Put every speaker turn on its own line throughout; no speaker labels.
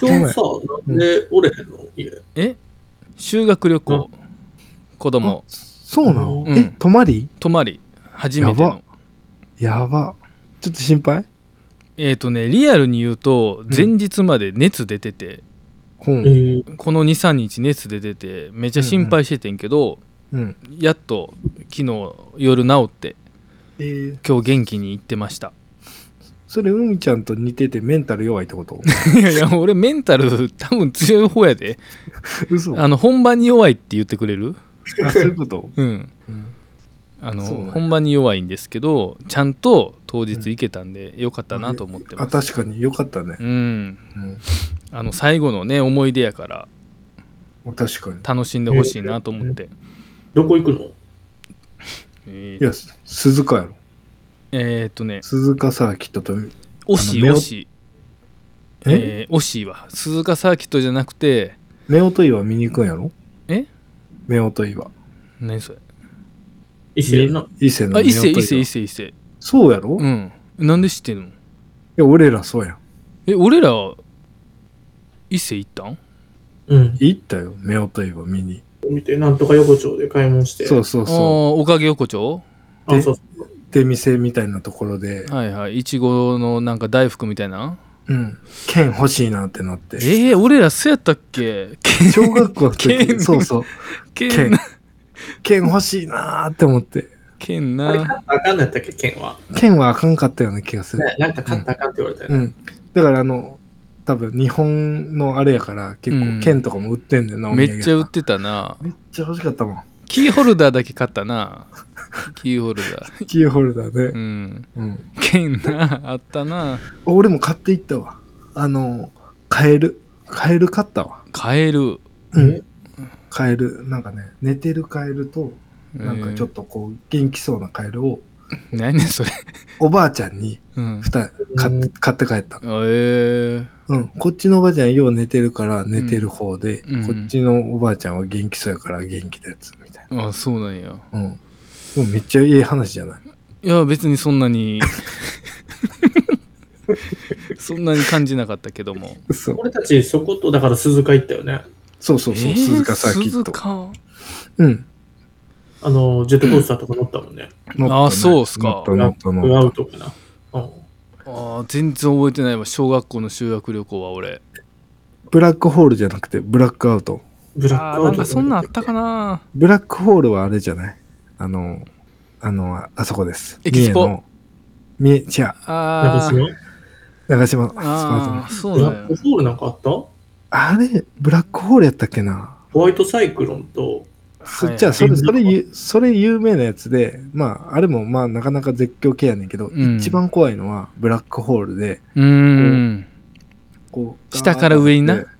今日さ、なんでおれへんの家。
え修学旅行子供
そうなの、
うん
え、泊まり
泊まり初めて
やば
の
やば。ちょっと心配
えっ、とねリアルに言うと前日まで熱出てて、
う
え
ん。
ー
この23日熱出ててめっちゃ心配しててんけど、
うん。
やっと昨日夜治って
えー、
今日元気に行ってました
それ、海ちゃんと似ててメンタル弱いってこと
いやいや俺メンタル多分強い方やで
嘘あ
あの本番に弱いって言ってくれる
そういうこと、
うん
うん、
あの
そうなんや
本番に弱いんですけどちゃんと当日行けたんでよかったなと思って
あ、
ます、
確かによかったね。
うん、
うん
あの最後のね思い出やから
確かに。
楽しんでほしいなと思って、
どこ行くの
い
えー
や、す鈴鹿やろ。
えーっとね
鈴鹿サーキットと、
惜しい
目を
惜しい
え
えー惜しいわ鈴鹿サーキットじゃなくて
夫婦岩見に行くんやろ
え
夫婦岩。
何それ
伊勢やな。
伊勢の
あ
夫婦
伊
岩。
勢伊勢伊勢伊勢
そうやろ、
う
い
んなんで知ってんの
や、俺らそうやん。
え俺ら伊勢行ったん
うん。
行ったよ、夫婦岩見に。
見て、なんとか横丁で買い物して。。
そううそう
あ
そ
ーおかげ横丁
あ、そうそう。
う。出店みたいなところで、
はいはいいちごのなんか大福みたいな
うん。剣欲しいなってなって。
えー、俺らそうやったっけ
小学校の時、
剣
そうそう。
剣
剣
な。
剣欲しいなーって思って。
剣
あれ
な
買ったらあかんのやったっけ、剣は。
剣はあかんかったような気がする。
ねなんか買ったらあかんって言われたよ
う
ね。
ん。だからあの、多分日本のあれやから結
うん
構剣とかも売ってんだよな、お土
め
産
っちゃ売ってたな
めっちゃ欲しかったもん。
キーホルダーだけ買ったなキーホルダー
キーホルダー
う
で。
ん
うん。
剣なあったな
俺も買っていったわ。あの、カエル。カエル買ったわ。
カエル
うん。カエル。なんかね、寝てるカエルと、なんかちょっ
と、
とこう、元気そうなカエルを、
えー、何それ、
おばあちゃんに
うん、
二人買って、買って帰った。
えー、
うん、こっちのおばあちゃんよう寝てるから寝てる方で、
うん
こっちのおばあちゃんは元気そうやから元気なやつみたい
あそうなんや
な。うん。でもめっちゃいい話じゃない
いや別にそんな にそんなに感じなかったけども
嘘
俺たち、そこと、だから鈴鹿行ったよね。
そうそうそう、
えー
鈴鹿サーキッ
鈴
ト。
鹿
うん。
あの、ジェットコースターとか乗ったもんね。
あそうっすか
もっともっ
ブ
とも
ア
っ
ウトかな。うん。
あー全然覚えてないわ小学校の修学旅行は俺
とブラックホールじゃなくてブラックアウト。
ブラッ
あ
ク
ー
アウト
なん
と
かそんなんあったかな
ブラックホールはあれじゃないあの、あの、ああそこです。
エキスポ
三重の。三重、違う、
なん
あ
か
ー
違う
長島スパー
あ
ト
ーそう
ブラ
だ
ッ
よ
クホールなんかあったホ
あれ、ブラックホールやったっけな
ワイトサイクロンと、
そ
はい
じゃあそれ、
うん
それゆ、それ有名なやつで、まあ、あれも、まあ、なかなか絶叫系やねんけど、
うん
一番怖いのは、ブラックホールで、
うーん
こう、
下から上にな
ガーって、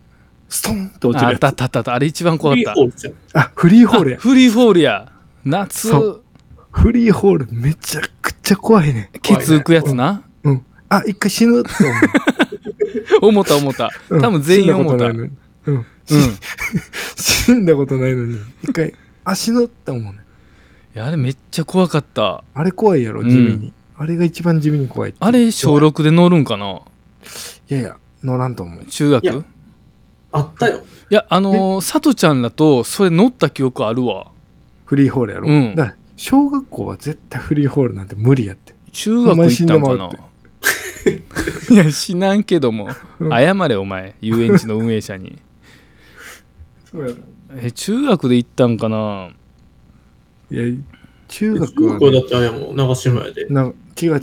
ストンと落ち
あ
る
あ
や
っ
つ
たあったあったあれ一番怖
フ
かっ
リー
た
ホールじゃん。
あフリーホール
あ
や。
フリーホールや夏
そうフリーホール、めちゃくちゃ怖いねん。
ケツ浮くやつな、
あ、一回死ぬって思
思った思った
ううん。
多分全員思
死んだこ
っ
と
た
ないのに。うん。死んだことない
うんい
のに、一回、あ、死ぬって思うねん。
やあれめっちゃ怖かった
あれ怖いやろ、地味に。あれが一番地味に怖いって。
あれ小6で乗るんかない
やいや、乗らんと思う。
中学い
いや
や
あったよ。
あのー、さとちゃんだとそれ乗った記憶あるわ
フリーホールやろ。
うん
だから小学校は絶対フリーホールなんて無理やって。
中学行ったん
お前死
か
んでもら
な
う
いや死なんけども
うん
謝れお前遊園地の運営者に
そうや
え中学で行ったんかない
や、
中
中学は
学校だ
ね、
ってあれやもん、長島やで。
な違う違う違う。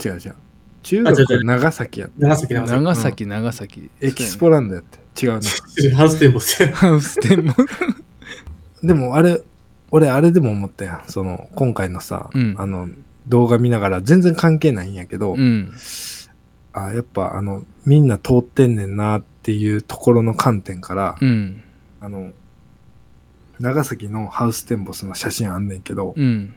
中学は長崎やって。
長崎、長崎。
長崎長崎
エキスポランドやって。違うな。
ハウステンボスや。
ハウステンボス
でもあれ、俺あれでも思ったやん。その、今回のさ、
うん
あの、動画見ながら全然関係ないんやけど、
うん
あやっぱあの、みんな通ってんねんなっていうところの観点から、
うん
あの、長崎のハウステンボスの写真あんねんけど、
うん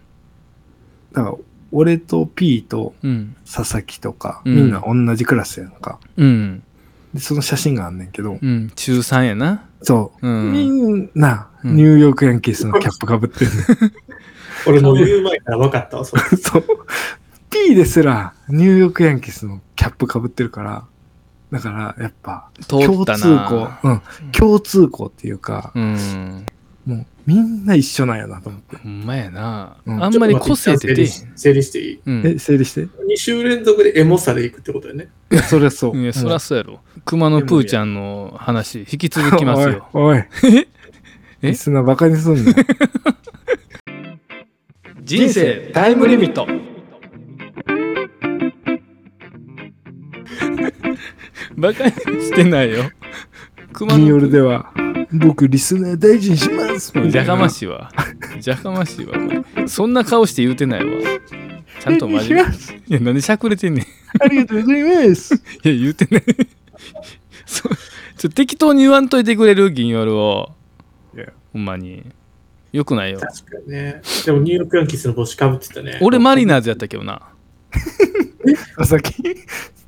だから俺と P と
うん
佐々木とか、
うん
みんな同じクラスやんか。
うん
で、その写真があんねんけど、
うん中3やな
そうう、
ん
みんな、
うん
ニューヨークヤンキースのキャップかぶってんね ん。
俺もう言う前から分かったわ、それ。
そう。P ですら、ニューヨークヤンキースのキャップかぶってるから、だから、やっぱ、
通
共
った
通項
な、
うん、共通項っていうか、
うん
もうみんな一緒なんやなと思って。
ほんまやな、
うん
あんまり個性って出えへん
整理していい
うん
え、整理して。
?2 週連続でエモさでいくってことだよね。
いや、そりゃそう。
いやそらそうやろ熊のプーちゃんの話引き続きますよ
おい、おい。
え
リスナーバカにすんなよ。
人生タイムリミット バカにしてないよ熊
金
の
曜日では、僕、リスナー大事にしますみ
じ
た
ゃ
い
か
な
ま。しいわじゃかましいわお前そんな顔して言うてないわちゃんと真面目にいやなんでしゃくれてんねん
ありがとうございます。
いや、言うてね。 そうちょ適当に言わんといてくれる、銀夜を。
いや
ほんまに。よくないよ。
確かにね。でもニューヨークヤンキースの帽子かぶってたね。
俺、マリナーズやったけどな。
佐々木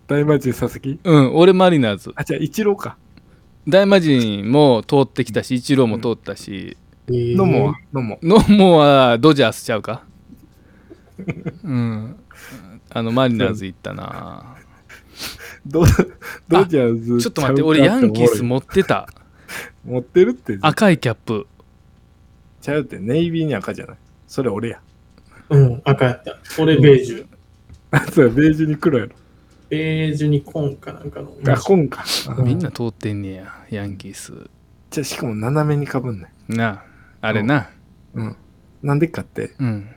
大魔神佐々木
うん、俺、マリナーズ。
あ、じゃあ、一郎か。
大魔神も通ってきたし、イチローも通ったし、
の
飲もうわ、飲もう。
ノーモはドジャースちゃうか。うん。あの、マリナーズ行ったな。
ド ドジャーズ
ちょっと待って、俺、ヤンキース
も
持ってた。
持ってるって
赤いキャップ。
ちゃうってネイビーに赤じゃないそれ俺や
うん、赤やった。俺、ベージュ。
それベージュに黒やろ
ベージュにコーンかなんかの。
あ今か
うん
みんな通ってんねや、ヤンキース。
じゃあしかも斜めにかぶんない
なあ、あれな。
うんなんでかって
うん。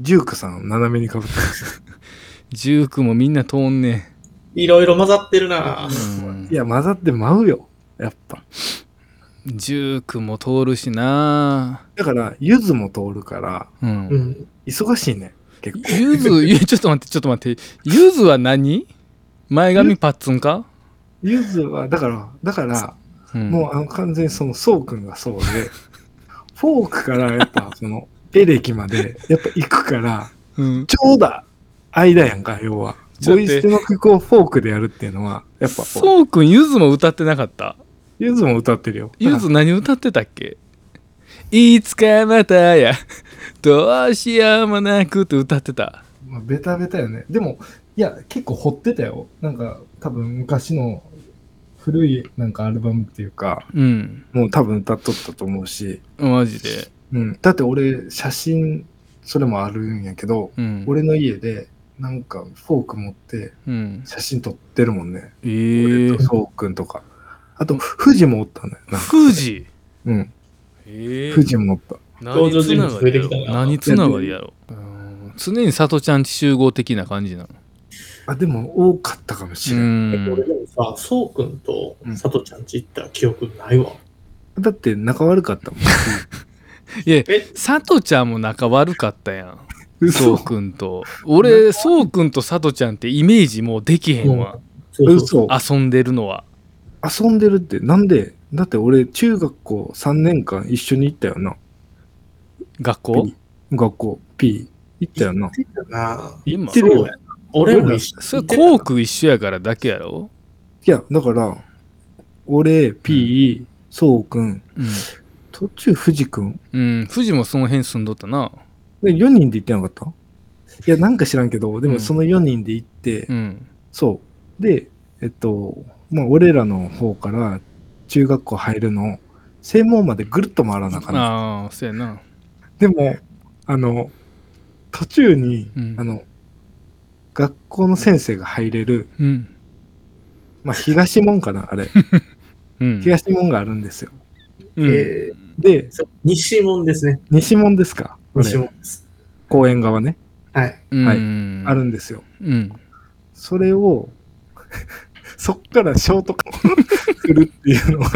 ジュークさんを斜めにかぶってる
ジュークもみんな通んね
いろいろ混ざってるな。
うん
いや混ざって舞うよやっぱ
ジュークも通るしな
だからゆずも通るから
う
うんん。
忙しいね結構
ゆず いやちょっと待ってちょっと待ってゆずは何前髪パッツンか、
ゆずはだからだから
うん、
もうあの完全にそのそうくんがそうで フォークからやっぱそのエレキまでやっぱ行くから
う、ん、
ちょうど間やんか、要は。
ちょっ
ボ
と待っ
イ
て
ステの曲をフォークでやるっていうのは、やっぱこう、
そうくんゆずも歌ってなかった
ゆずも歌ってるよ。
ゆず何歌ってたっけいつかまたやどうしようもなくって歌ってた
まあ、ベタベタよね。でも、いや、結構掘ってたよ。なんか、多分昔の古いなんかアルバムっていうか、
うん
もう多分歌っとったと思うし、
マジで
うん。だって俺、写真、それもあるんやけど、
うん
俺の家で、なんかフォーク持って
うん
写真撮ってるもんね。
ええ
俺とそうくんとか。あと、富士もおったんだよな。
富士
うん。
ええ
富士もおった。
何つながりやろ
登場人物増えてきたな
何つながりやろうん常に里ちゃんち集合的な感じなの
あ、でも多かったかもしれん。
俺
ん
でもさ、そうくんと佐藤ちゃんち行った記憶ないわ。
だって仲悪かったもん。
いや
え、
里ちゃんも仲悪かったやん
嘘
そうくんと俺そうくんと里ちゃんってイメージもうできへんわ
そうそう
嘘
遊んでるのは
遊んでるって。なんでだって俺、中学校3年間一緒に行ったよな。
学校
学校、P。行ったよ
言
な。
ってたな。
今
てる
そうやな。俺も一緒
それ校区一緒やからだけやろ
いや、だから、俺、P、そうくん、
う
途中、藤くん。
ん、うん、富士もその辺住んどったな
で、4人で行ってなかったいや、なんか知らんけど、で
う
も
ん
その4人で行って、
うん
そう。で、えっと、まあ、俺らの方から中学校入るの、正門までぐるっと回らなあかった。
ああそうやな
でも、あの、途中に、
うん
あの、学校の先生が入れる、
うん
まあ、東門かな、あれ。
うん
東門があるんですよ。
うん
えー
で、
そう西門ですね。
西門ですかこれ
西門です。
公園側ね、
はい。
うん
はいあるんですよ。
うん
それを、 そっからショートカットするっていうのが、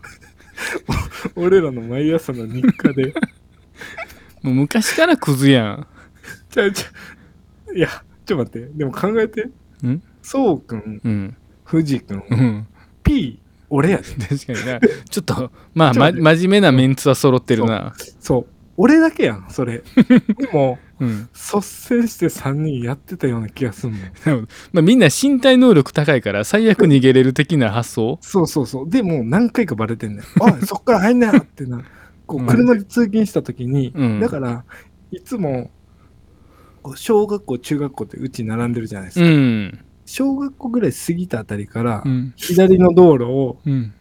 お俺らの毎朝の日課で、
もう昔からクズや
ちゃうちゃう、いや、ちょっと待って、でも考えて、
ん
そうくん、
んうん
藤くん、
うん、
P、俺やで。
確かになちょっとまあ、
ちょ
ま、
っとね
真面目なメンツは揃ってるな
そう、俺だけやん、そ れ。でも、
うん、
率先して3人やってたような気がすんもん。
まあ、みんな身体能力高いから最悪逃げれる的な発想
そうそうそう。でも、何回かバレてんねん。 おい、そっから入んなよってな。こ
う
う、
ん
車で通勤した時に、
うん
だから、いつも、こう小学校、中学校ってうち並んでるじゃないです
う
か。
ん
小学校ぐらい過ぎたあたりから
う、ん。
左の道路を
うん。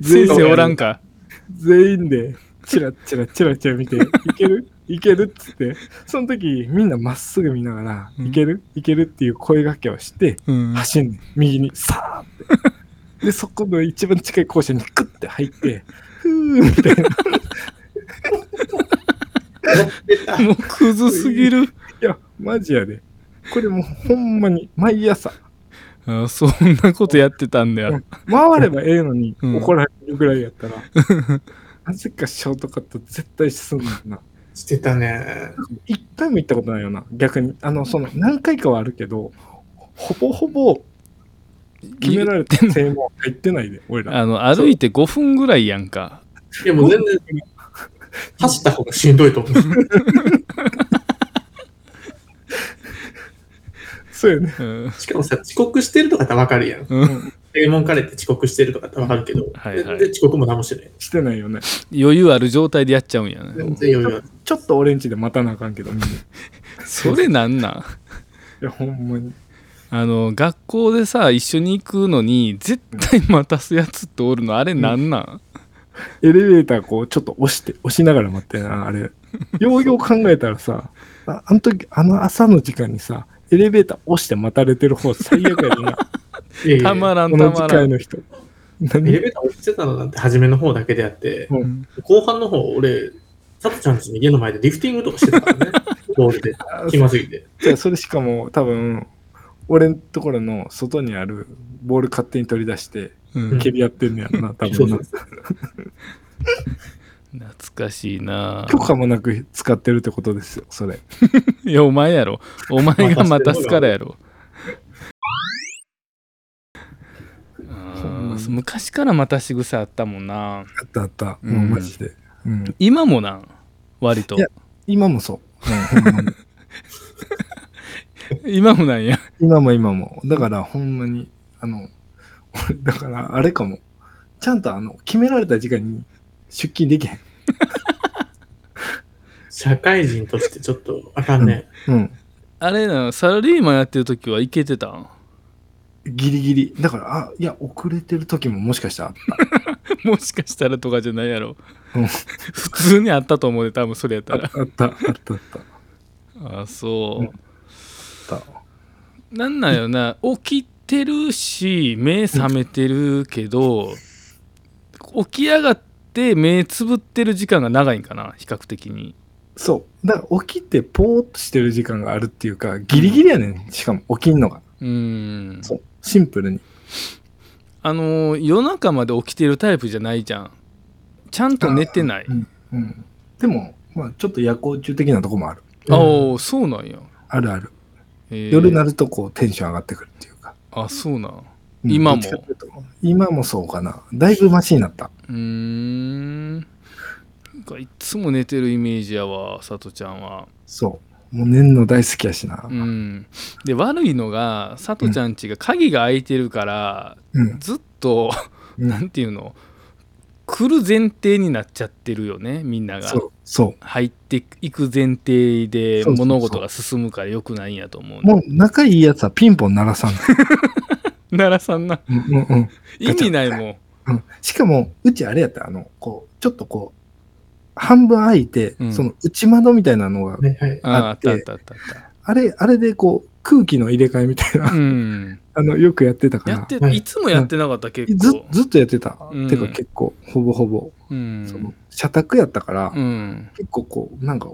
全
先
員
生おらんか。
全員で、チラッチラッチラッチラ見て、いける いけるっつって、その時みんなまっすぐ見ながら、
うん
いけるいけるっていう声掛けをして、
うん。
走んねん右に、さーって。で、そこの一番近い校舎にクッて入 って、ふーみたいな。い
出た。
もうクズすぎる。
や、マジやで。これもうほんまに、毎朝、
あそんなことやってたんだよ。
回ればええのに
うん
怒られるぐらいやったら、なぜかショートカット絶対進んだな。
してたね。
一回も行ったことないよな、逆に。あの、その、何回かはあるけど、ほぼほぼ決められて正門入ってないで、俺ら。
あの、歩いて5分ぐらいやんか。
いやもう全然、走った方がしんどいと思う。
そうよね。
うん。
しかもさ、遅刻してるとかってわかるやん。
うん
正門からって遅刻してるとかってわかるけど、
はいはい
全然遅刻も何もしてない。
してないよね。
余裕ある状態でやっちゃうんやな。
全然余裕ある。
ちょっとオレンジで待たなあかんけど、みんな。い
それなんなん
や、ほんまに。
あの学校でさ一緒に行くのに絶対待たすやつっておるのあれなんなん、
エレベーターこう、ちょっと押して、押しながら待ってな、あれ。ようよう考えたらさ、ああの時、あの朝の時間にさ、エレベーター押して待たれてる方最悪やで な。
いやいや
たまらん
こ
た
の
ま
時
ら
間
ん
の人。
エ
何
レベーター落ちてたのなんて初めの方だけであって、
もう
後半の方、俺、サトちゃんちの家の前でリフティングとかしてた からね。道理で。暇すぎて。
じゃあそれしかも多分俺のところの外にあるボール勝手に取り出して
うん、
蹴り合ってんのやろな多
そう
分
そ
な
う
懐かしいな
許可もなく使ってるってことですよそれ
いやお前やろお前が待たすからやろあー昔から待たし癖あったもんな
あったあった、
うん
もうマジで、うん、
今もなん割と
いや今もそう、うんほんまに
今もなんや
今も今もだからほんまにあの俺だからあれかもちゃんとあの決められた時間に出勤できへん
社会人としてちょっとあかんね。
うん
あれなサラリーマンやってる時はいけてた ん
ギリギリだからあいや遅れてる時ももしかしたらあった
もしかしたらとかじゃないやろ、
うん
普通にあったと思うで多分それやった
あ
ら
あったあったあった
あそう、
うんあった
なんなんよな起きてるし目覚めてるけど、起き上がって目つぶってる時間が長いんかな比較的に
そう。だから起きてポーっとしてる時間があるっていうか、ギリギリやねん。しかも起きんのが。
うーん
そう。シンプルに。
あのー夜中まで起きてるタイプじゃないじゃんちゃんと寝てない
うん。でも、まあちょっと夜行中的なとこもある。
ああ
うん
ーそうなんや、
あるある。
えー
夜なるとこうテンション上がってくるっていうか。
あそうなん
うん
今も
どっちかっていうと今もそうかな。だいぶマシになった。
うーんなんかいつも寝てるイメージやわさとちゃんは
そう。もう寝んの大好きやしな
う。んで悪いのがさとちゃんちが鍵が開いてるから、
うん。
ずっと
うん
なんていうの来る前提になっちゃってるよねみんなが
そう。そ
入っていく前提で
そうそうそう
物事が進むからよくないんやと思う
う。
ね
もう仲いいやつはピンポン鳴ら さん。
奈良さんな
うんうんうん。
意味ないもん
うん、しかも、うちあれやった、あの、こう、ちょっとこう、半分開いて、
うん
その内窓みたいなのが、
はいはい。
ああ
あっ
っ
たて
あったあったあっ
あれ、あれでこう、空気の入れ替えみたいな、
たうん
あの、よくやってたか
や
ら。
って
はい
いつもやってなかった結
ず
構
ずっとやってた。
うん
てか結構、ほぼほぼ、
う
その
ん、
社宅やったから、
うん、
結構こう、なんか、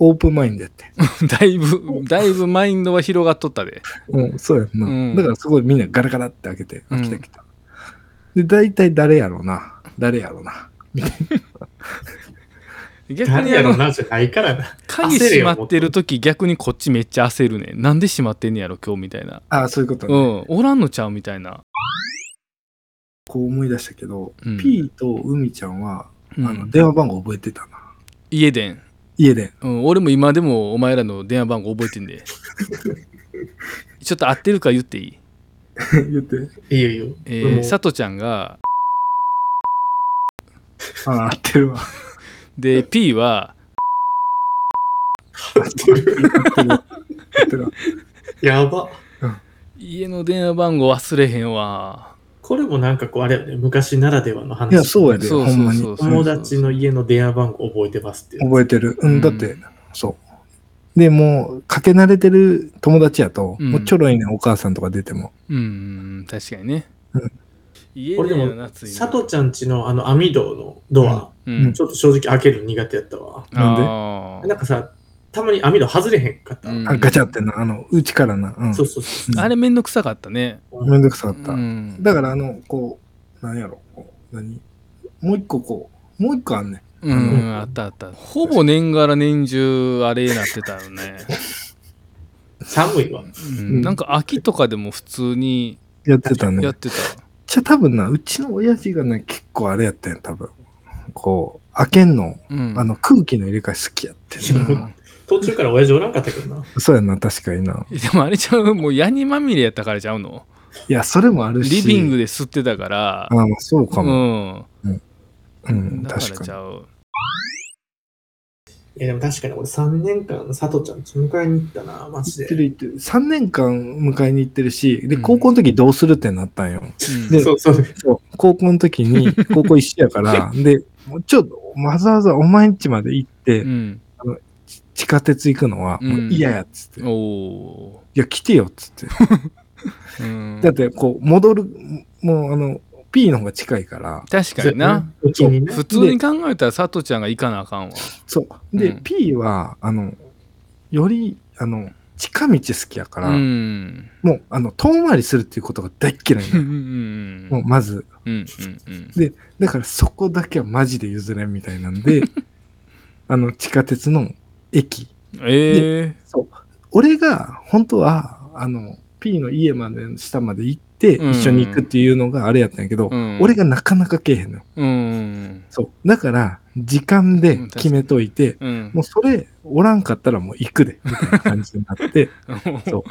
オープンマインドやって。
だいぶだいぶマインドは広がっとったで
うん、そうやんな。
うん
だからそこでみんなガラガラって開けて、
う
あ
ん
来た来た。で、大体誰やろうな。誰やろうな。
逆
何
に
や
あ
ろ
の
なじゃないからな。
鍵
焦る
閉
よ
まってる時逆にこっちめっちゃ焦るねなんで閉まってんねやろ今日みたいな
ああ、そういうことね。
うんおらんのちゃうみたいな
こう思い出したけど、
うん
ピーと海ちゃんは、
うん
あの電話番号覚えてたな。
家電、
家で。
うん、俺も今でもお前らの電話番号覚えてんでちょっと合ってるか言っていい
言って。
いいよいいよ。
え
俺も
ー、さとちゃんが
ああ、合って るわ。
で P は
合ってる
合ってるってな。
やば。
家の電話番号忘れへんわ。
これもなんかこう、あれよね、昔ならではの話。
いや、そうやで、
そう
ほん
そう
まに。
そううん
友達の家の電話番号覚えてますっていう。
覚えてる。う、
うんん
だって、そう。で、もう、かけ慣れてる友達やと、
うん
もうちょろいね、お母さんとか出ても。
うん、確かにね
うん。
家
俺で
で
も
も夏いな
佐藤ちゃんちのあの網戸のドア、
うん。
ちょっと正直開けるの苦手やったわ。
なんで
あー
なんかさ、たまに網戸外れへんかった。
うん
あガチャってな、あの、うちからな。うん。
そうそうそう。
あれめんどくさかったね。
めんどくさかった。
うん
だから、あの、こう、なんやろ、こう、何もう一個こう、もう一個あんねん。
うん
う
うんん、あったあった。ほぼ年がら年中あれなってたよね。
寒いわ。
う
うん
ん、なんか秋とかでも普通に
やってたね。
やってた。
じゃあ多分な、うちの親父がね、結構あれやったんや、多分。こう、開けんの、
うん。
あの、空気の入れ替え好きやって
うん
な。
ん、
途中から親父おらんかったけどな。
そうやな、確かにな。
でもあれちゃう、もうヤニまみれやったからちゃうの
いや、それもあるし。
リビングで吸ってたから。
ああ、そうかも。う、
うんん。だから
確か
ち
に。
ゃう。
いやでも確かに俺3年間、佐藤ちゃんち迎えに行ったな、マジ
行って
で。
る行ってる3年間迎えに行ってるし、で、
うん
高校の時どうするってなったんよ。
うん
で
そうそう。
そう高校の時 に、高校一緒やから、で、もうちょっと、わざわざお前ん家まで行って、
うん。
地下鉄行くのは、
うん
もう嫌やっつって、い
おお
や、来てよっつって。
ー。うん
だって、こう、戻る、もう、あの、P の方が近いから、
確かにな。
うちにね。
普通に考えたら佐藤ちゃんが行かなあかんわ。
そう。で、
うん
P は、あの、より、あの、近道好きやから、
うん。
もう、あの、遠回りするっていうことが大っ嫌いな
うんう
の。
んう
も
ん
う、まず。
うんうん
だから、そこだけはマジで譲れんみたいなん で、あの、地下鉄の駅。
うん。ええ。
そう。俺が、本当は、あの、P の家まで、下まで行って、
うん
一緒に行くっていうのがあれやったんやけど、
うん
俺がなかなかけえへんのよ。
うん。
そう。だから、時間で決めといて、
うん
もうそれ、おらんかったらもう行くで、みたいな感じになって、 そう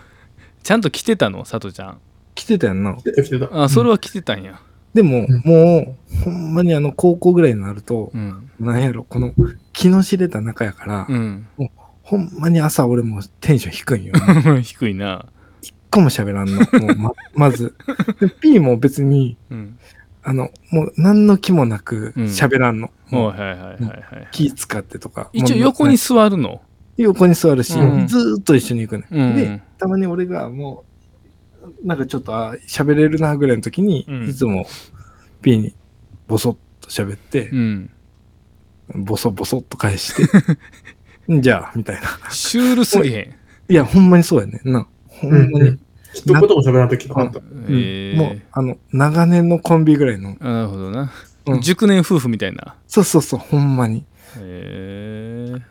ちゃんと来てたの佐藤ちゃん。
来てたやんな。
来てた来てた
あ、それは来てたんや。
でも、
うん
もう、ほんまにあの、高校ぐらいになると、
うん。
なんやろ、この、気の知れた仲やから、
うん。
ほんまに朝俺もうテンション低いんよ。
低いな。
一個も喋らん の。もうま、まず。で P も別に、
うん。
あの、もう何の気もなく
うん
喋らんの。もう
はいはいはいはい。
気使ってとか。
一応
もう
横に座るの。
横に座るし、
うん
ずーっと一緒に行くね。
う
で
ん。
たまに俺がもうなんかちょっとあ喋れるなぐらいの時に、
うん
いつも P にボソッと喋って
う、ん。
ボソボソッと返して じゃあみたいな
シュールすぎへん。
いやほんまにそうやねんなほんまに、
うんうん一言も喋らんときなかった。
うん
ええ。
もうあの長年のコンビぐらいの
あなるほどな
う。ん
熟年夫婦みたいな。
そうそうそうほんまに
へえ。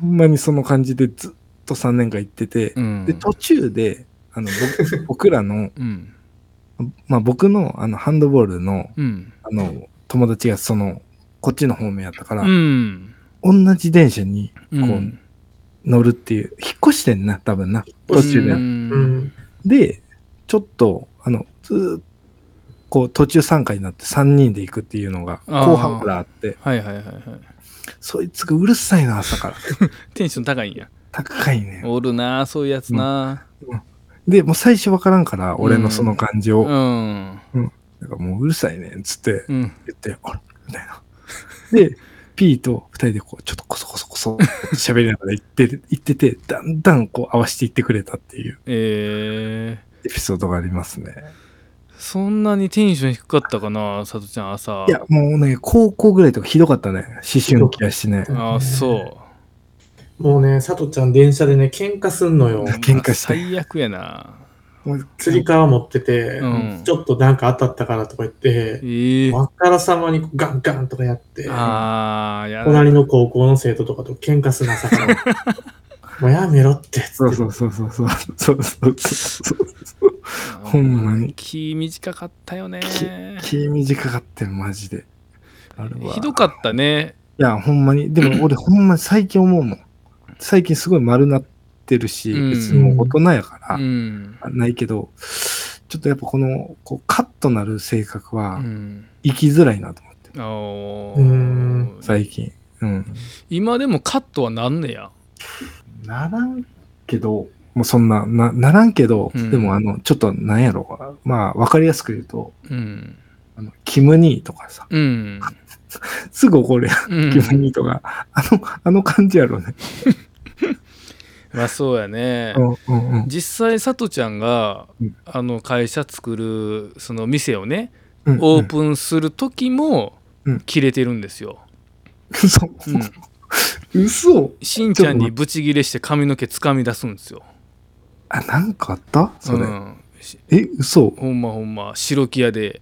ほんまにその感じでずっと3年間行ってて、
うん。
で途中であの僕 僕らの、
うん。
まあ、僕のあのハンドボールの
うん。
あの友達がそのこっちの方面やったから、
うん。
同じ電車に
うん
乗るっていう、引っ越してんな、多分な。途中
う。
で。
うんん。
で、ちょっと、あの、ずーっとこう、途中参加になって3人で行くっていうのが、
あー
後半からあって、
はいはいはいはい。
そいつがうるさいな、朝 から。
テンション高いんや。
高いね。
おるなあそういうやつな
で、もう最初わからんから、俺のその感じを、
うん。
なんかもううるさいね、つって
うん。
言って、あれみたいな。で、P と2人でこう、ちょっとコソコソコソって喋りながら行ってる、行ってて、だんだんこう合わせていってくれたっていう
え
エ
え。
ピソードがありますね。
そんなにテンション低かったかな、さとちゃん、朝。
いや、もうね、高校ぐらいとかひどかったね。思春期やしね。
ああ、そ
もうね、佐藤ちゃん電車でね、喧嘩すんのよ
う。。
喧嘩して
最悪やな。
もう
釣り革持ってて、
うん
ちょっとなんか当たったからとか言って、
ええ
あからさまにこうガンガンとかやって、
ああ、やだ。
隣の高校の生徒とかと喧嘩すなさから。もうやめろって。
そうそうそうそうそう。そうそうそうそう。ほんまに
気短かったよね。
気短かってんマジで。あれは
ひどかったね。
いや、ほんまに。でも俺、ほんまに最近思うもん。最近すごい丸なってるし、
うん
別にもう大人や
う
か
ん。
ら、ないけど、ちょっとやっぱこの、こう、カッとなる性格
う
は、
ん。
生きづらいなと思って、
あー
うん
最近。うん。
今でもカットはなんねや。
ならんけど、もうそんな、な、ならんけど、
うん
でもあの、ちょっとなんやろう。まあ、わかりやすく言うと、
うん。
あの、キムニーとかさ、
うん。
すぐ怒るや、
うんん
キムニーとか。あの、あの感じやろうね。
まあそうやね
う。んうんうん。
実際、さとちゃんが
うん、
あの、会社作る、その店をね、
うん
オープンする時も
うん、
切れてるんですよ。
嘘。
うん。
嘘。
しんちゃんにブチギレして髪の毛掴み出すんですよ。
あ、なんかあったそれ。
うん。し
え、嘘。
ほんまほんま、白木屋で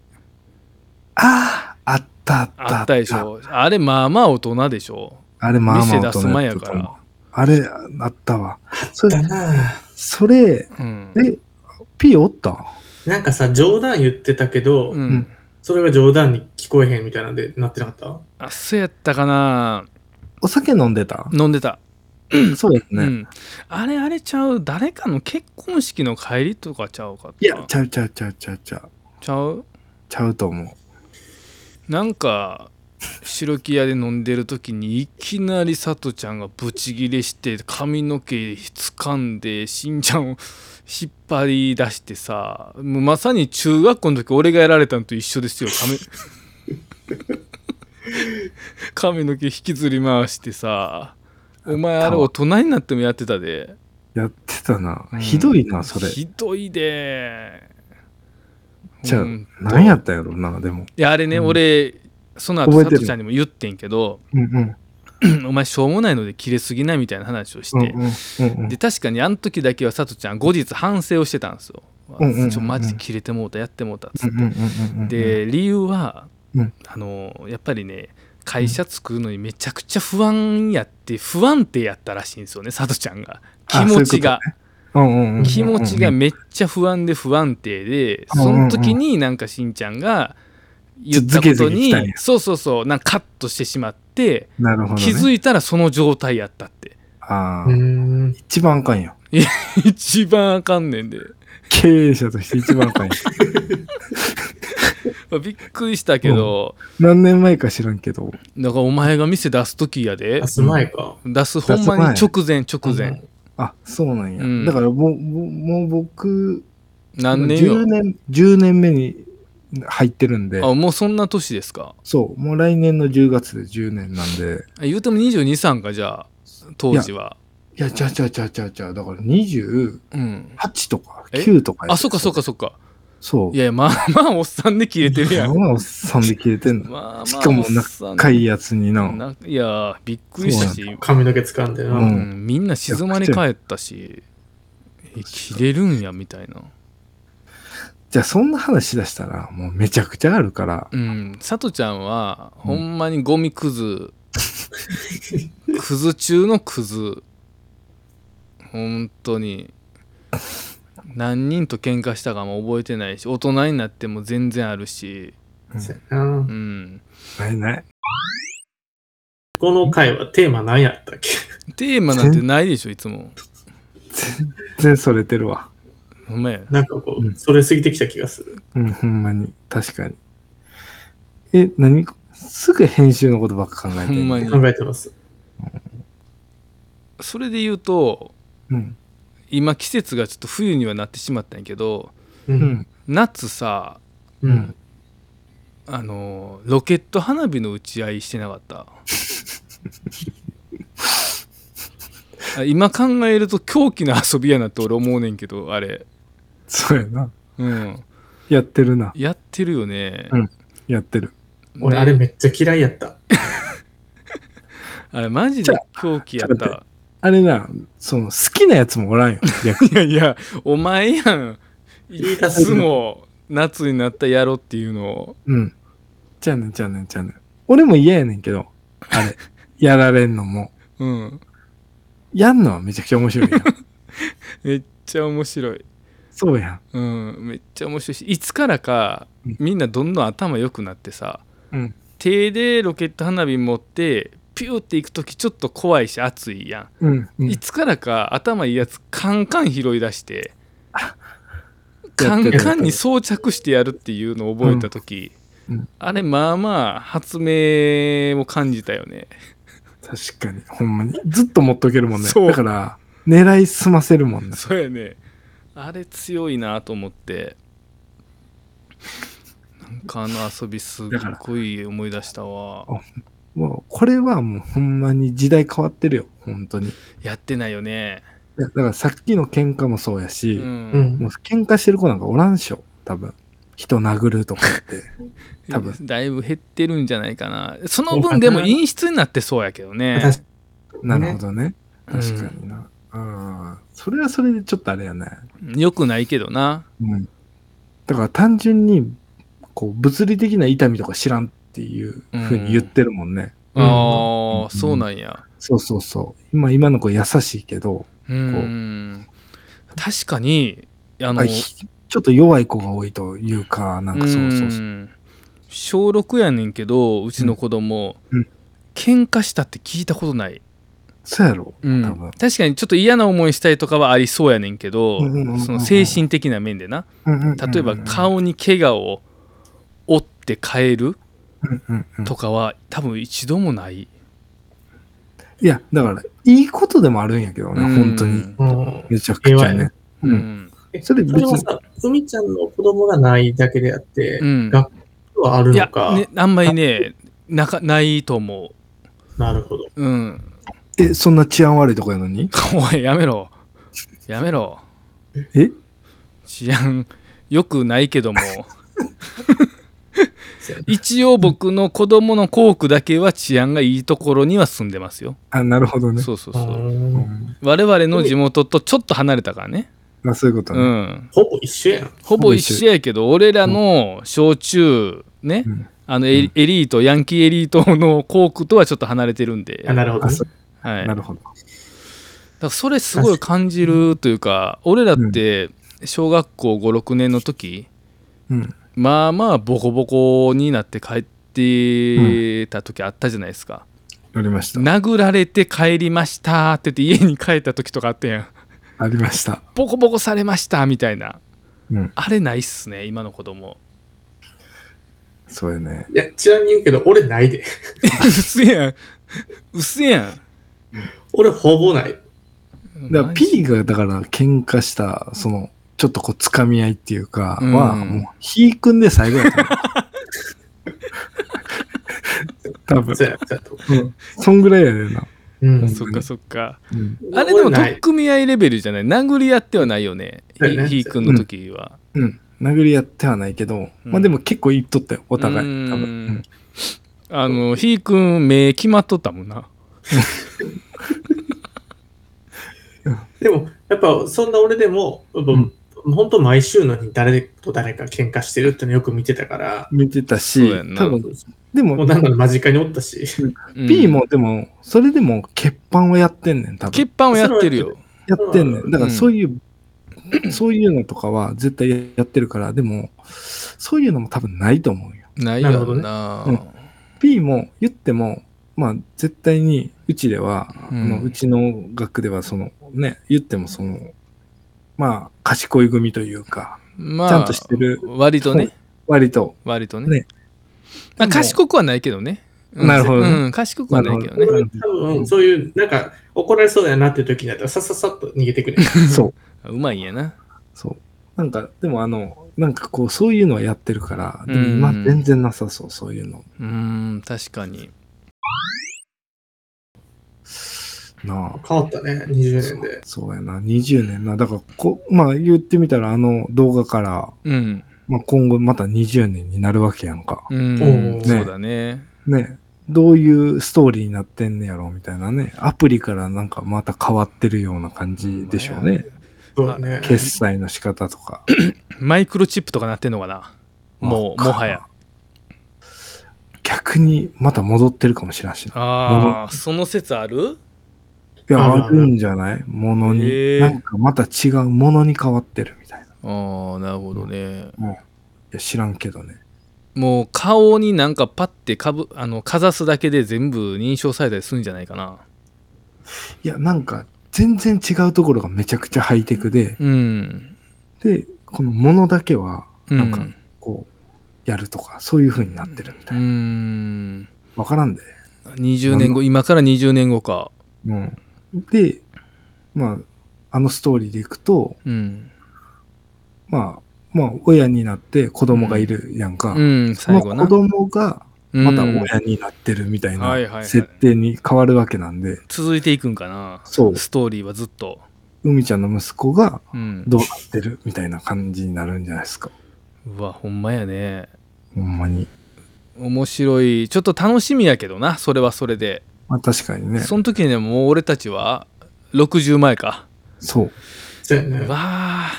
ああ、あったあった。
あったでし。ょ。あれ、まあまあ大人でしょ。
あれ、まあまあ
店
大
出す
人
前
やっ
や
たと
か
思う
ら。。
あれ、あったわ。そ
だ
れ、
なあ
それ、
うん。
え、P おった
なんかさ、冗談言ってたけど、
うん。
それが冗談に聞こえへんみたいなんでなってなかった
あ、そうやったかな。
お酒飲んでた
飲んでた。
そうです
う
ね。
ん、あれあれちゃう誰かの結婚式の帰りとかちゃうかった
いや、ちゃうちゃうちゃうちゃうちゃう。
ちゃう
ちゃうと思
なんか白木屋で飲んでる時にいきなりさとちゃんがブチギレして髪の毛掴んでしんちゃんを引っ張り出してさもうまさに中学校の時俺がやられたのと一緒ですよ髪 髪の毛引きずり回してさお前あれ大人になってもやってたで。
う。やってたな
う。ん
ひどいな、それ。
ひどいで
ちゃ
う。
うん何やったやろうな、でも。
いやあれね、
うん
俺その後
覚え
さ
てる
とちゃんにも言ってんけど
うんうん。
お前しょうもないので切れすぎないみたいな話をして、
うんうんうんうん
で確かにあの時だけはさとちゃん後日反省をしてたんですよ、
うんうんうんうん
ちょマジで切れてもうたやってもうたっつ
う
っ
ん
て、
うんうんうん。
で理由は、
うん
あのやっぱりね会社作るのにめちゃくちゃ不安やって不安定やったらしいんですよねさとちゃんが気
あそういう
持
こと
ちが
うんうんうんうんうん、
気持ちがめっちゃ不安で不安定で、
うん
その時になんかしんちゃんが言ったこ
ちょっと
と
ズケズケ
に
来たんや
そうそうそうなんかカットしてしまって、
なるほど、ね。
気づいたらその状態やったって
あ
うー
あ、
ん。
一番あかんよ。
一番あかんねんで、
経営者として一番あかん よ。
まあびっくりしたけど、
何年前か知らんけど。
だからお前が店出す時やで
出す前か。
出すほんまに直前直前
あ、そうなんや。
うん
だからもう、もうもう僕、
何年
10
よ
年、10年目に入ってるんで、
あもうそんな年ですか
そう、もう来年の10月で10年なんで、
あ言うても2 2三かじゃあ当時はい
や、ちゃうちゃうちゃうちゃうちゃう、だから28
うん
とか
え
9とかや
あそっかそっか。そっか
そう。
いやいやまあ まあおっさんで切れてるやん
まあおっさんで消えて んの。
まあまあ、
しかも
おっさん
かいやつにな。
ないやー、びっくりしたし、
髪の毛掴んでな。
う
うんんみんな静まり返ったし、え切れるんやみたいな。
じゃあそんな話しだしたら、もうめちゃくちゃあるから、
うん、さとちゃんは、
うん
ほんまにゴミクズ、クズ中のクズ、本当に。何人と喧嘩したかも覚えてないし大人になっても全然あるし、
そうやな
うん、
ないない。
この回はテーマ何やったっけ
テーマなんてないでしょいつも
全然それてるわ。
ほんまや
なんかこ
うん
う、それ過ぎてきた気がする。
うん、ほんまに。確かに。え、何すぐ編集のことばっか考えて
ほ
る。
んまに
考えてます。
それで言うと
うん。
今季節がちょっと冬にはなってしまったんやけど
う。
うんん。
夏さ
う
うんん。
あのロケット花火の打ち合いしてなかったあ今考えると狂気の遊びやなって俺思うねんけどあれ
そうやな。
うん
やってるな。
やってるよね、
うんやってる。
俺、
ね
あれめっちゃ嫌いやった。
あれマジで狂気やっ
ちょ
た
あれな、その、好きなやつもおらんよ。逆に
いやいやお前やん
言
い
い出す
つも夏になったやろっていうのを
うん。ちゃうねん、ちゃうねん、ちゃうねん。俺も嫌やねんけど、あ れ、やられんのも。
うん
やんのはめちゃくちゃ面白いやん。
めっちゃ面白い
そうやん。
うん、めっちゃ面白いしいつからか
うん
みんなどんどん頭良くなってさ
うん。
手でロケット花火持ってピューっていく時ちょっと怖いし熱いや、
うん。うんん
いつからか頭いいやつカンカン拾い出して
る
カンカンに装着してやるっていうのを覚えた時、
うんうん
あれまあまあ発明を感じたよね
確かに、ほんまに。ずっと持っとけるもんね。
そう
だから、狙い済ませるもんな。
そうやねあれ強いなと思ってなんかあの遊びすっごい思い出したわ
もう、これはもうほんまに時代変わってるよ、本当に。い
やってないよね
やだからさっきの喧嘩もそうやし、
うん、
うん
もう喧嘩してる子なんかおらんしょ、多分。人殴る とかって。多分
だいぶ減ってるんじゃないかなその分でも陰湿になってそうやけどね
確か
なるほどね。
うん
確かにな。うん。それはそれでちょっとあれやね。
よくないけどな
うん。だから単純に、こう、物理的な痛みとか知らんっていうふうに言ってるもんね。
うん
ああ
うん
そうなんや
そうそうそう。今、今の子優しいけど、
うん確かにあの
あひちょっと弱い子が多いというか、なんかそうそうそう。
ん小6やねんけどうちの子供、
うんうん
喧嘩したって聞いたことない、
そうやろ、
うん
多分。
確かにちょっと嫌な思いしたりとかはありそうやねんけど、
うんうんうんうん
その精神的な面でな例えば顔に怪我を負って変えるとかは多分一度もない、
いや、だから、いいことでもあるんやけどね、本当に。
にうん
めちゃくち
平
ゃ
和や
ね
ね。
うん
う
え
そ
そ
れ
れ
別に
はさ、海ちゃんの子供がないだけであって、
うん
学校はある
いや
の、か。
ね、あんまりねなかないと思
なるほど。
ううん
え、そんな治安悪いとこやのに
おいやめろやめろ
え
治安よくないけども 一応僕の子供の校区だけは治安がいいところには住んでますよ、
あ、なるほどね。
そうそ
う
うそう
うんん
我々の地元とちょっと離れたからね
まあ、そういうこと
う
ね。
ん
ほぼ一緒やん。
ほぼ一緒やけど俺らの小中ね、
うん
あのエリエリートヤンキーエリートの校区とはちょっと離れてるんで
あなるほど
あ、
ね、
そう
はい、
なるほど。
だからそれすごい感じるというか俺らって小学校56年の時
うん。
まあまあボコボコになって帰ってた時あったじゃないですか、
ありました。
殴られて帰りましたって言って家に帰った時とかあったやん
ありました。
ボコボコされましたみたいな
うん。
あれないっすね今の子供
そうやね。
いや、ちなみに言うけど、俺ないで。
うせやんうせやん
俺ほぼない。
だから、P が、だから、喧嘩した、その、ちょっとこう、掴み合いっていうか、
うん
は、もう、ひーくんで最後やったの。 多分
そ、うやそうやと思
うん。そんぐらいやねんな。
ううん
そっかそっか
うん。
あれでも
俺な
取っ
い
組み合いレベルじゃない殴り合ってはないよねひ
そうやね
ひーくんの時は、
うん。殴り合ってはないけど、まあでも結構言っとったよ、お互い。
うん
多分。
あのひーくん目決まっとったもんな
でも、やっぱそんな俺でも、やっぱ
ん
本当毎週のに誰と誰か喧嘩してるってのよく見てたから、
見てた
そう
し
やん、な
多分、で
も
も
う、なんなら間近におったし、
うん
P もでも、それでも欠板をやってんねん、多分。
欠板をやってるよ
やってんね。
うんん
だからそういう、そういうのとかは絶対やってるから、でも、そういうのも多分ないと思うよ。
ないよな
なるほ P も言っても、まあ絶対に、うちでは、う
うん
うちの学では、そのね、言ってもその、まあ、賢い組というか、
まあ
ちゃんとしてる
割とね
割 と、
割とね
ね
まあ、
でも
賢くはないけどね、うん
なるほどね
うん、賢くはないけどね
俺
な
は
るほど
多分そういう、なんか怒られそうだなっていう時になったら、さっさっさっと逃げてくれ。
そう。
うまいんやな
そう。なんか、でもあの、なんかこう、そういうのはやってるから、でも今
うん
全然なさそう、そういうの。
うん確かに
なあ。
変わったね、20年で。
そうやな、20年な。だからこ、まあ言ってみたら、あの動画から、
うん、
まあ今後また20年になるわけやんか。
うん
おー
そうだね
ね。どういうストーリーになってんねやろみたいなね。アプリからなんかまた変わってるような感じでしょうね。
そうだね。
決済の仕方とか。
マイクロチップとかなってんのかなもう
わか
もはや。
逆にまた戻ってるかもしれんしな。
ああその説ある
いや、
ある
あ
ある
るんじゃないもの
へ
に。
え
なんかまた違うものに変わってるみたいな。い
ああなるほどね
や、知らんけどね。
もう顔になんかパッてかぶあのかざすだけで全部認証されたりするんじゃないかない
や、なんか全然違うところがめちゃくちゃハイテクで、
うん
で、このものだけは、
うん
なんかこう、やるとか、そういう風になってるみ
う
たいな。
ん
わからんで。
20年後今から20年後か
うん。で、まあ、あのストーリーでいくと、
うん。
まあ、まあ、親になって子供がいるやんか。
うん、
そ
最
の
後
子
な。
供がまた
うん
親になってるみたい
うんは
ない
はいはい
設定に変わるわけなんで、
続いていくんかな。
そう、
ストーリーはずっと。
海ちゃんの息子が
うん。
どうなってるみたいな感じになるんじゃないですか。
うわ、ほんまやね。
ほんまに。
面白い。ちょっと楽しみやけどな、それはそれで。
まあ確かにね。
その時にね、もう俺たちは60前か。
そう。
そうやね
う。わあ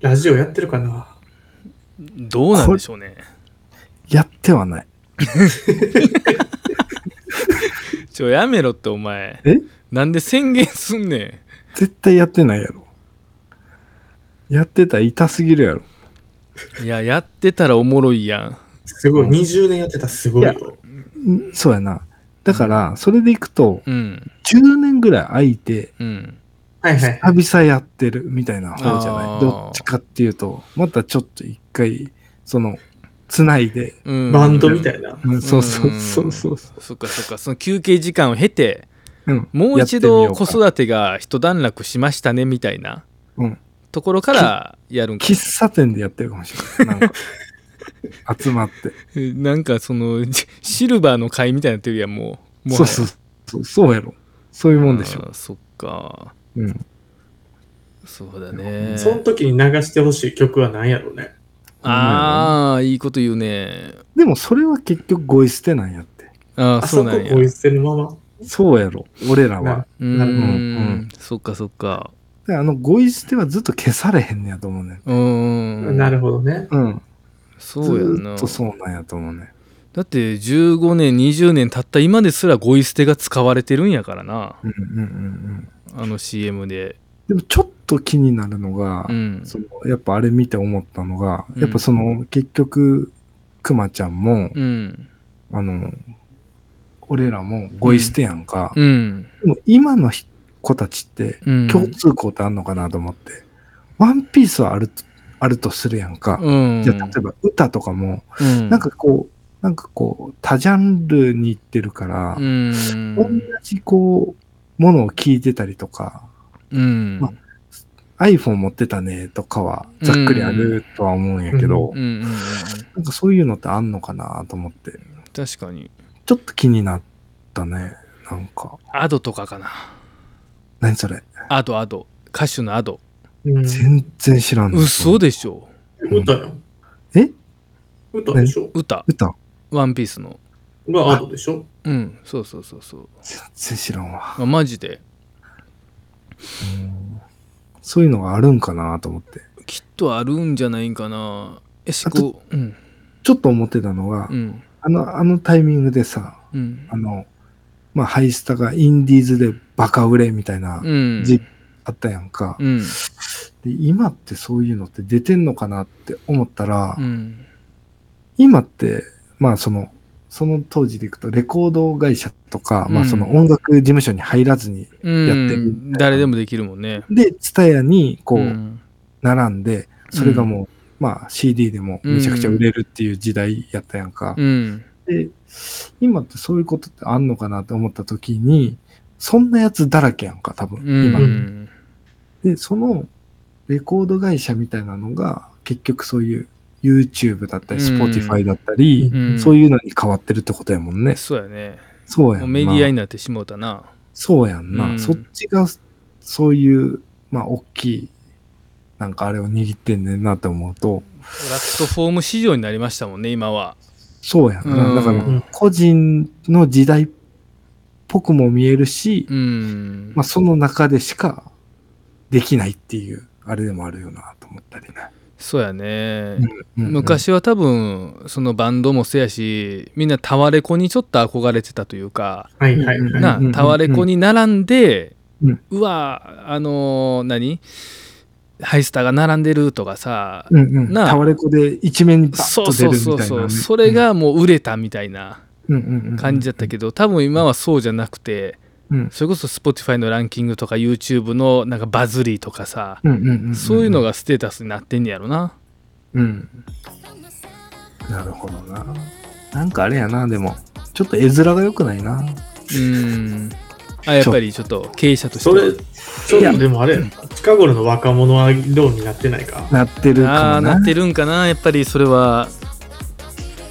ラジオやってるかな
どうなんでしょうね。
やってはない。
ちょ、やめろってお前。
え
なんで宣言すんね
絶対やってないやろ。やってたら痛すぎるやろ。
ん。いや、やってたらおもろいやん。
すごい。
うん
20年やってたらすごい
い
よ。
んそうやな。だから、それでいくと、
うん。
10年ぐらい空いて、
うん。
はいはい。
久々やってるみたいな方じゃ
あ
な
ー
い。どっちかっていうと、またちょっと一回、その、つないで、
うん、
バンドみたいな。
うん、そうそう
うん
そうそうそう。
そっかそっかその休憩時間を経て
うん、
もう一
や
度
ってみようか
子育てが一段落しましたねみたいな
うん
ところからやるんか
喫茶店でやってるかもしれない。なん か集まって。
えなんかそのじシルバーの会みたいになってるやんもうも
そうそうそう。そうやろ。そういうもんでしょ。
あーそっか
うん。
そうだね
その時に流してほしい曲は何やろうね。
ああいいこと言うね
でもそれは結局ゴイ捨てなんやって。
ああ
あ
そ
そうこ
なんや
ポイ捨てのまま。
そうやろ。俺ら
な
は。
う
なる
ほどうん
んそっかそっか
であの、ゴイ捨てはずっと消されへんねやと思うね。
うーん
なるほどね。
うん。
そうやん
ずー
な
っとそうなんやと思うね。
だって15年20年経った今ですらゴイ捨てが使われてるんやからな
うんうんうんうん。
あの CM で
でもちょっと気になるのが、
うん
そのやっぱあれ見て思ったのが、
うん
やっぱその結局、くまちゃんも、
うん
あの、俺らもゴイ捨てやんか。
うん
でも今のひ子たちって
うん
共通項ってあんのかなと思って。ワンピースはあると、あるとするやんか。
うん
じゃあ例えば歌とかも、
うん
なんかこう、なんかこう、多ジャンルに行ってるから、
うん
同じこう、ものを聞いてたりとか、
うん
まあ iPhone 持ってたねとかは、ざっくりあるとは思うんやけど、
うんうんうん
なんかそういうのってあんのかなと思って、
確かに
ちょっと気になったね。なんか、
アドとかかな
何それ
アドアド歌手のアド
うん。
全然知らんの。
嘘でしょ
歌よ。
え
歌でしょ
歌
歌
ワンピースの
がアドでしょ
うんそうそうそうそう
全然知らんわ。
あマジで
うんそういうのがあるんかなと思って。
きっとあるんじゃないんかなえし
あと
こうん
ちょっと思ってたのが、
うん
あの、あのタイミングでさ、
うん
あの、まあ、ハイスタがインディーズでバカ売れみたいな、
うん
じあったやんか、
うん
で。今ってそういうのって出てんのかなって思ったら、
うん
今って、まあその、その当時でいくとレコード会社とか、まあその音楽事務所に入らずに、やってる
うん誰でもできるもんね
で、ツタヤにこ
う
うん並んで、それがもう、まあ CD でもめちゃくちゃ売れるっていう時代やったやんか。
うん
で、今ってそういうことってあんのかなって思った時に、そんなやつだらけやんか、多分、
うん
今。で、そのレコード会社みたいなのが、結局そういう YouTube だったり、
うん
Spotify だったり、
うん
そういうのに変わってるってことやもんね。
そうやね
そうやん
も
な。
うメディアになってしもうたな
そうやんな。
うん
そっちが、そういう、まあ、大きい、なんかあれを握ってんねんなって思うと、
プラットフォーム市場になりましたもんね今は
そうやんな。
うん
だか
う
ら、
ん
個人の時代っぽくも見えるし、
うん
まあ、その中でしかできないっていう、あれでもあるよなと思ったりね。
そうやね
うんうん、
昔は多分そのバンドもせやしみんなタワレコにちょっと憧れてたというか
はいはいはい。
な
うん
タワレコに並んで
うん
うわあのー何ハイスターが並んでるとかさ
うんうん、
なあ
タワレコで一面にバッ
そ
と
う
出る
そ
み
う
たいな
そ
ね、
うそうそれがもう売れたみたいな感じだった
け
けど多分今はそうじゃなくて
ど、うん
それこそ Spotify のランキングとか YouTube のなんかバズりとかさ
うんうんうんん
そういうの、がステータスになってんねやろな
うん、なるほどななんかあれやなでもちょっと絵面が良くないな
うんあやっぱりちょっと経営者として
それ、ちょっとでもあれ、近頃の若者はどうになってないか。
なってる
あ
か
あ
もな
なってるんかなやっぱりそれは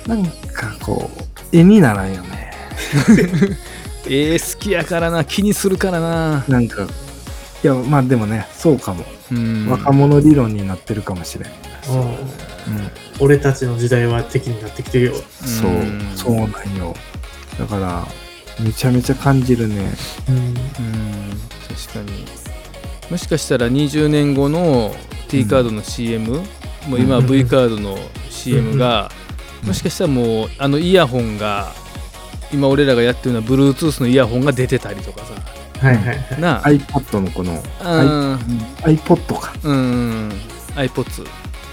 なんかこう絵にならんよね
えー、好きやからな気にするからな
なんかいやまあでもねそうかも、
うん
若者理論になってるかもしれん、
うん
う
俺たちの時代は敵になってきてるよ。
ん、そう
うん
そうなんよだからめちゃめちゃ感じるね
うん確かにもしかしたら20年後の T カードの CM、もう今
うん
V カードの CM が、
うん
もしかしたらもうあのイヤホンが今俺らがやってるのは Bluetooth のイヤホンが出てたりとかさ
はいはいはい。
な
iPod のこの
あ、うん
iPod か
うん、iPods、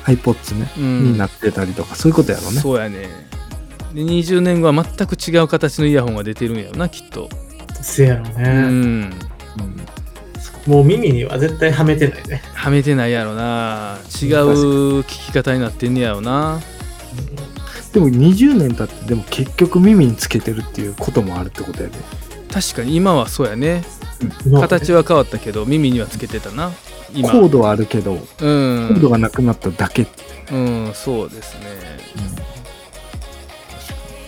iPods ね、
うん、
になってたりとかそういうことやろね
そうやねで20年後は全く違う形のイヤホンが出てるんやろなきっと、
せやろ
う
ね。
ん、
うん
もう耳には絶対はめてないね。
はめてないやろな違う聞き方になってんねやろな
でも20年経ってでも結局耳につけてるっていうこともあるってことやで、
確かに今はそうやね
今はね
形は変わったけど耳にはつけてたな今
コードはあるけど、
うん
コードがなくなっただけ、
うんそうですね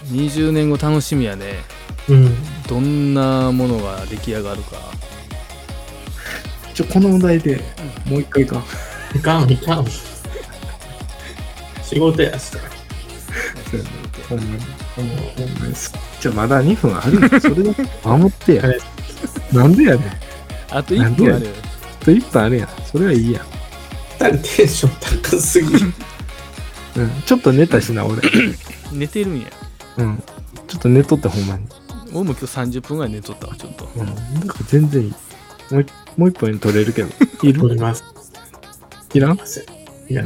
20年後楽しみやね
うん。
どんなものが出来上がるか
ちょこのお題でもう一回か
いかん、いかん。仕事やし
ほんまにほんまほんまにすじゃあまだ2分あ るよそれだけ守ってや
あれ
なんでやねんあ
あと1分あ
なん
る
でと1分あるやんそれはいいやん、
二人テンション高すぎる。
うん、ちょっと寝たしな俺
寝てるんや
うんちょっと寝とってほんまに、
俺も今日30分ぐらい寝とったわちょっと
うん、なんか全然いいもう一もう一本取れるけどい
撮
る
ります。
いらん
いや、